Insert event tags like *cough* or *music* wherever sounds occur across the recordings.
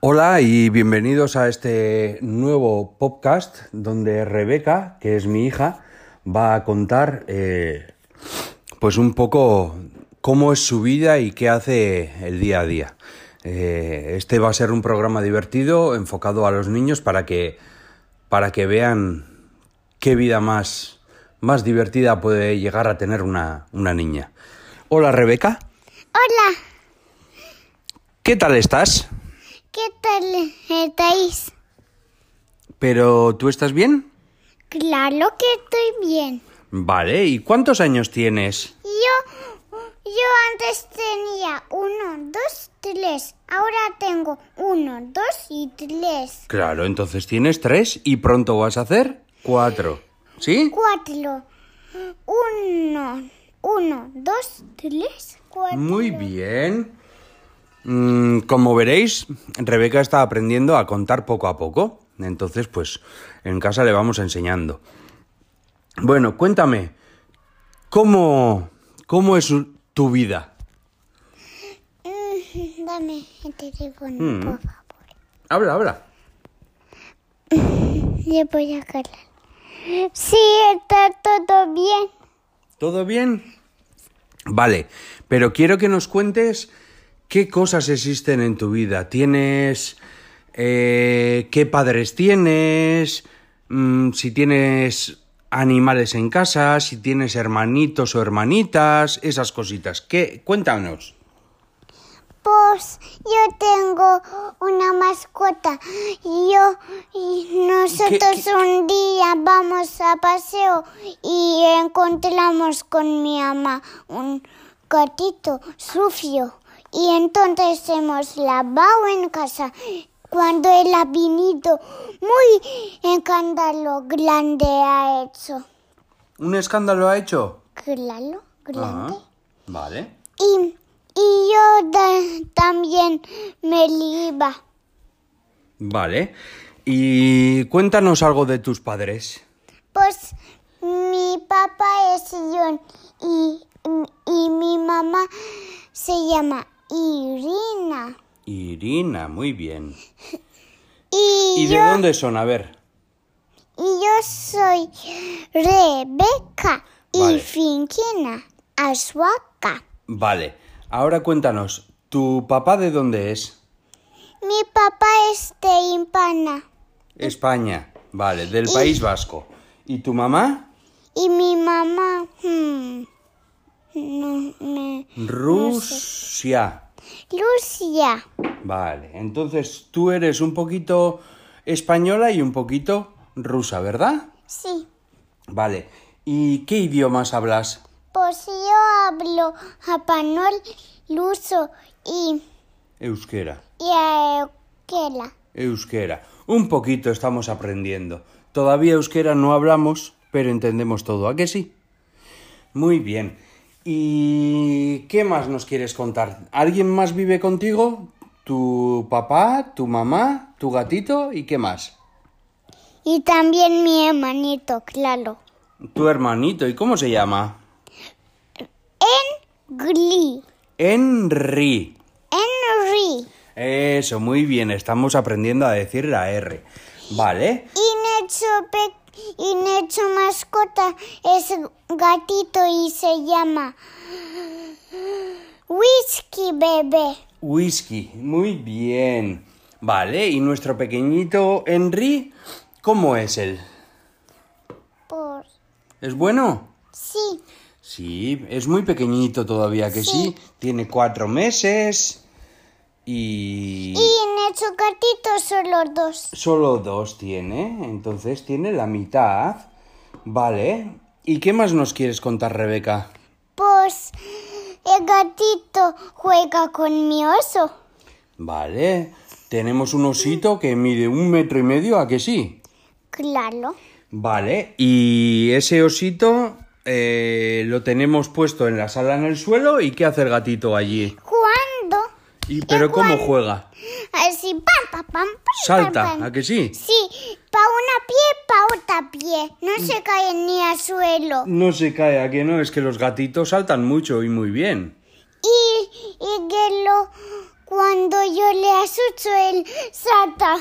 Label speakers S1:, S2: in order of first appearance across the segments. S1: Hola y bienvenidos a este nuevo podcast donde Rebeca, que es mi hija, va a contar eh, pues un poco cómo es su vida y qué hace el día a día. Eh, este va a ser un programa divertido enfocado a los niños para que, para que vean qué vida más, más divertida puede llegar a tener una, una niña. Hola Rebeca,
S2: Hola,
S1: ¿qué tal estás?
S2: ¿qué tal estáis?
S1: ¿Pero tú estás bien?
S2: Claro que estoy bien.
S1: Vale, ¿y cuántos años tienes?
S2: Yo, yo antes tenía uno, dos, tres. Ahora tengo uno, dos y tres.
S1: Claro, entonces tienes tres y pronto vas a hacer cuatro. ¿Sí?
S2: Cuatro. Uno, uno, dos, tres, cuatro.
S1: Muy bien. Mm, como veréis, Rebeca está aprendiendo a contar poco a poco. Entonces, pues en casa le vamos enseñando. Bueno, cuéntame, ¿cómo, cómo es tu vida?
S2: Mm, dame el teléfono, por favor.
S1: Habla, habla.
S2: Le voy a calar. Sí, está todo bien.
S1: ¿Todo bien? Vale, pero quiero que nos cuentes qué cosas existen en tu vida. ¿Tienes... eh, qué padres tienes? Mm, si tienes animales en casa, si tienes hermanitos o hermanitas, esas cositas. ¿Qué? Cuéntanos.
S2: Pues yo tengo una mascota. Yo y nosotros un día vamos a paseo y encontramos con mi mamá un gatito sucio. Y entonces hemos lavado en casa. Cuando él ha venido muy escándalo grande ha hecho.
S1: ¿Un escándalo ha hecho?
S2: Claro, grande.
S1: Ah, Vale.
S2: Y, y yo da- también me iba.
S1: Vale. Y cuéntanos algo de tus padres.
S2: Pues mi papá es John y, y mi mamá se llama Irina.
S1: Irina, muy bien.
S2: Y,
S1: ¿Y de
S2: yo,
S1: dónde son? A ver.
S2: y yo soy Rebeca
S1: Vale.
S2: y Finkina Ashuaca.
S1: Vale, ahora cuéntanos, ¿tu papá de dónde es?
S2: Mi papá es de Impana
S1: España, vale, del País Vasco. ¿Y tu mamá?
S2: y mi mamá... hmm, no me-
S1: Rusia.
S2: Lucia.
S1: Vale, entonces tú eres un poquito española y un poquito rusa, ¿verdad?
S2: Sí.
S1: Vale, ¿y qué idiomas hablas?
S2: Pues yo hablo japanol, luso y,
S1: Euskera,
S2: y euskera.
S1: euskera. Un poquito estamos aprendiendo. Todavía euskera no hablamos, pero entendemos todo, ¿a que sí? Muy bien. ¿Y qué más nos quieres contar? ¿Alguien más vive contigo? ¿Tu papá, tu mamá, tu gatito y qué más?
S2: Y también mi hermanito, claro.
S1: Tu hermanito, ¿y cómo se llama?
S2: Gli.
S1: Henry.
S2: Henry.
S1: Eso, muy bien, estamos aprendiendo a decir la R. Vale,
S2: Y nuestro, pe- y nuestro mascota es gatito y se llama Whisky Bebé.
S1: whisky, muy bien. Vale, ¿y nuestro pequeñito Henry? ¿Cómo es él?
S2: Por...
S1: ¿Es bueno?
S2: Sí.
S1: Sí, es muy pequeñito todavía, que sí. Tiene cuatro meses y...
S2: Y nuestro gatito solo dos.
S1: Solo dos tiene, entonces tiene la mitad. Vale. ¿Y qué más nos quieres contar, Rebeca?
S2: Pues el gatito juega con mi oso.
S1: Vale. Tenemos un osito que mide un metro y medio, ¿a que sí?
S2: Claro.
S1: Vale. Y ese osito eh, lo tenemos puesto en la sala en el suelo y ¿qué hace el gatito allí?
S2: Jugando.
S1: ¿Y pero cómo juega?
S2: Así, pam, pam, pam, pam, pam,
S1: Salta, ¿a
S2: pam.
S1: que sí?
S2: Sí, pa' una pie, pa' otra pie. No se cae ni al suelo.
S1: No se cae, ¿a que no? Es que los gatitos saltan mucho y muy bien.
S2: Y, y que lo, cuando yo le asusto el salta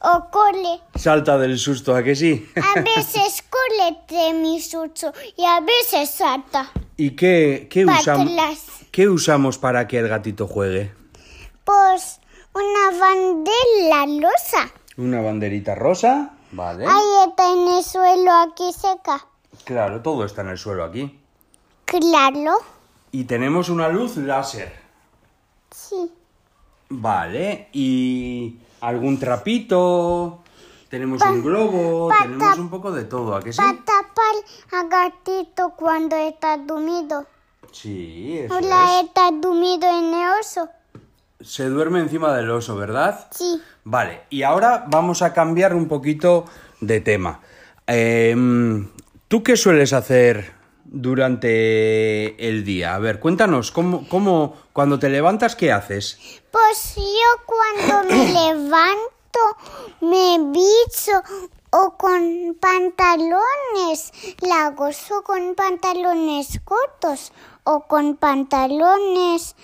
S2: o corre.
S1: Salta del susto, ¿a que sí? *laughs*
S2: A veces corre de mi susto y a veces salta.
S1: ¿Y qué, qué,
S2: Para
S1: usam-
S2: atrás.
S1: qué usamos para que el gatito juegue?
S2: Pues una bandera losa.
S1: Una banderita rosa, ¿vale?
S2: Ahí está en el suelo aquí seca.
S1: Claro, todo está en el suelo aquí.
S2: Claro.
S1: Y tenemos una luz láser.
S2: Sí.
S1: Vale, y algún trapito, tenemos un globo,
S2: pa-
S1: tenemos
S2: ta-
S1: un poco de todo, ¿a que sí?
S2: Para tapar a gatito cuando está dormido.
S1: Sí, eso
S2: Hola, está dormido en el oso.
S1: es. Se duerme encima del oso, ¿verdad?
S2: Sí.
S1: Vale, y ahora vamos a cambiar un poquito de tema. Em, ¿Tú qué sueles hacer durante el día? A ver, cuéntanos, ¿cómo, cómo cuando te levantas, qué haces?
S2: Pues yo cuando me
S1: *clears throat*
S2: levanto me visto o con pantalones largos o con pantalones cortos o con pantalones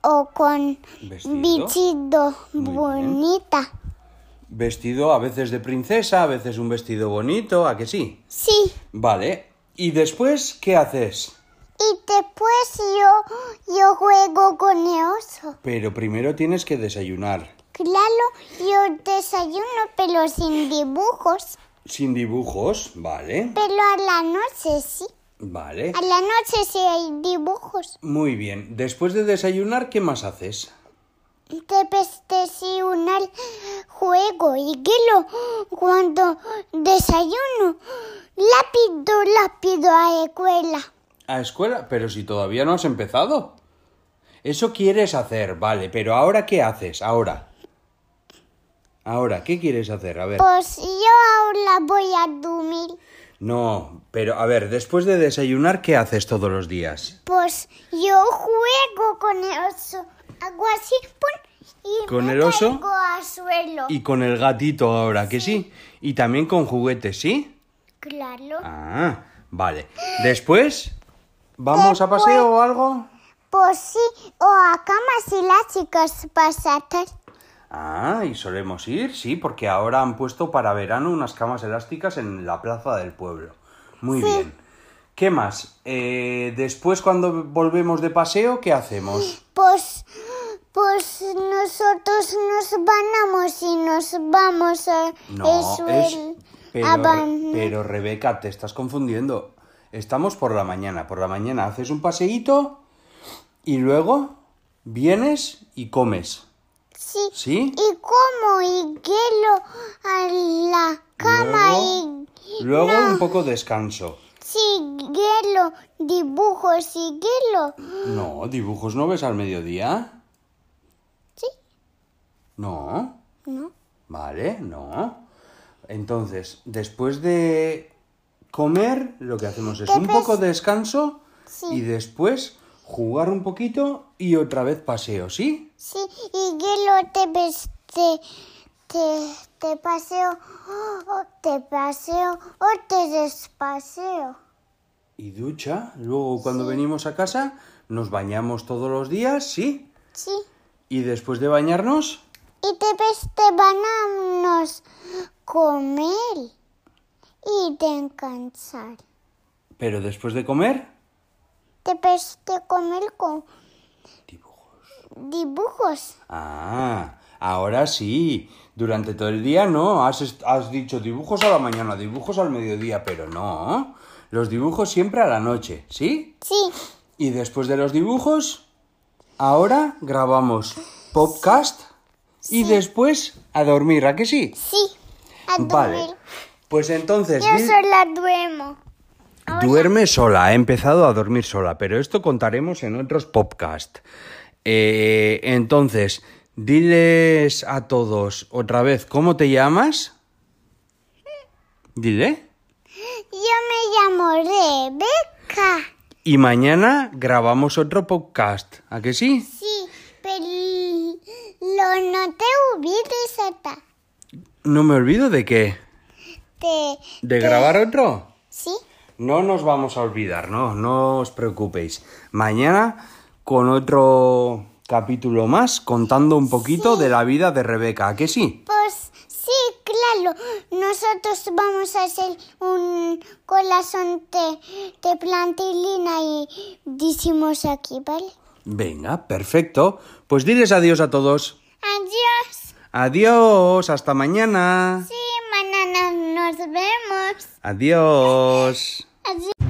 S2: o con
S1: Vestido.
S2: vestido
S1: bien.
S2: bonita.
S1: Vestido a veces de princesa, a veces un vestido bonito, ¿a que sí?
S2: Sí.
S1: Vale, ¿y después qué haces?
S2: Y después yo, yo juego con el oso.
S1: Pero primero tienes que desayunar.
S2: Claro, yo desayuno pero sin dibujos.
S1: Sin dibujos, vale.
S2: Pero a la noche sí.
S1: Vale.
S2: A la noche sí hay dibujos.
S1: Muy bien. Después de desayunar, ¿qué más haces?
S2: Debes de una juego y lo cuando desayuno. Lápido, lápido a escuela.
S1: A escuela, pero si todavía no has empezado. Eso quieres hacer, vale, pero ahora qué haces? Ahora. Ahora, ¿qué quieres hacer? A ver.
S2: Pues yo ahora voy a dormir.
S1: No, pero a ver, después de desayunar, ¿qué haces todos los días?
S2: Pues yo juego con el oso. Hago así, pum, y
S1: ¿Con
S2: me
S1: el oso?
S2: caigo al suelo.
S1: Y con el gatito ahora, que sí. Y también con juguetes, ¿sí?
S2: Claro.
S1: Ah, vale. Después, ¿vamos a paseo o algo?
S2: Pues sí, o a cama si las chicas pasatas.
S1: Ah, y solemos ir, sí, porque ahora han puesto para verano unas camas elásticas en la plaza del pueblo. Muy bien. ¿Qué más? Eh, después, cuando volvemos de paseo, ¿qué hacemos?
S2: Pues, pues nosotros nos banamos y nos vamos a eso
S1: es-
S2: el- a
S1: Pero,
S2: ban-
S1: pero, Rebeca, te estás confundiendo. Estamos por la mañana. Por la mañana haces un paseíto y luego vienes y comes.
S2: sí.
S1: ¿Sí?
S2: Y como y hielo a la cama
S1: Luego-
S2: y
S1: Luego
S2: no,
S1: un poco descanso.
S2: sí hielo dibujos y hielo.
S1: No, dibujos no ves al mediodía.
S2: Sí,
S1: No.
S2: no.
S1: Vale, no. Entonces, después de comer, lo que hacemos es un
S2: Después-
S1: poco de descanso
S2: Sí.
S1: y después jugar un poquito y otra vez paseo, ¿sí?
S2: Sí, y hielo te ves- te te, te paseo, o te paseo, o te despaseo.
S1: Y ducha. Luego, cuando venimos a casa, nos bañamos todos los días, ¿sí?
S2: Sí.
S1: Y después de bañarnos,
S2: Y después te van a nos comer y de cansar.
S1: pero después de comer,
S2: Después de comer con
S1: dibujos.
S2: dibujos.
S1: Ah, ahora sí. Durante todo el día no. Has, est- has dicho dibujos a la mañana, dibujos al mediodía, pero no. Los dibujos siempre a la noche, ¿sí?
S2: Sí,
S1: Y después de los dibujos, ahora grabamos podcast y después a dormir, ¿a que sí?
S2: sí. A dormir.
S1: Vale. Pues entonces,
S2: Yo
S1: di-
S2: sola duermo.
S1: Duerme sola, ha empezado a dormir sola, pero esto contaremos en otros podcast. Eh, entonces, diles a todos otra vez, ¿cómo te llamas? Dile.
S2: Yo me llamo Rebeca.
S1: Y mañana grabamos otro podcast, ¿a que sí?
S2: Sí, pero lo no te olvides hasta
S1: No me olvido de qué.
S2: te...
S1: ¿De grabar otro?
S2: Sí,
S1: No nos vamos a olvidar, no, no os preocupéis. Mañana con otro capítulo más contando un poquito de la vida de Rebeca, ¿a que sí?
S2: Pues sí, claro. Nosotros vamos a hacer un corazón de, de plantilina y decimos aquí, ¿vale?
S1: Venga, perfecto. Pues diles adiós a todos.
S2: Adiós.
S1: Adiós, hasta mañana.
S2: Sí, mañana nos vemos.
S1: Adiós.
S2: Adiós.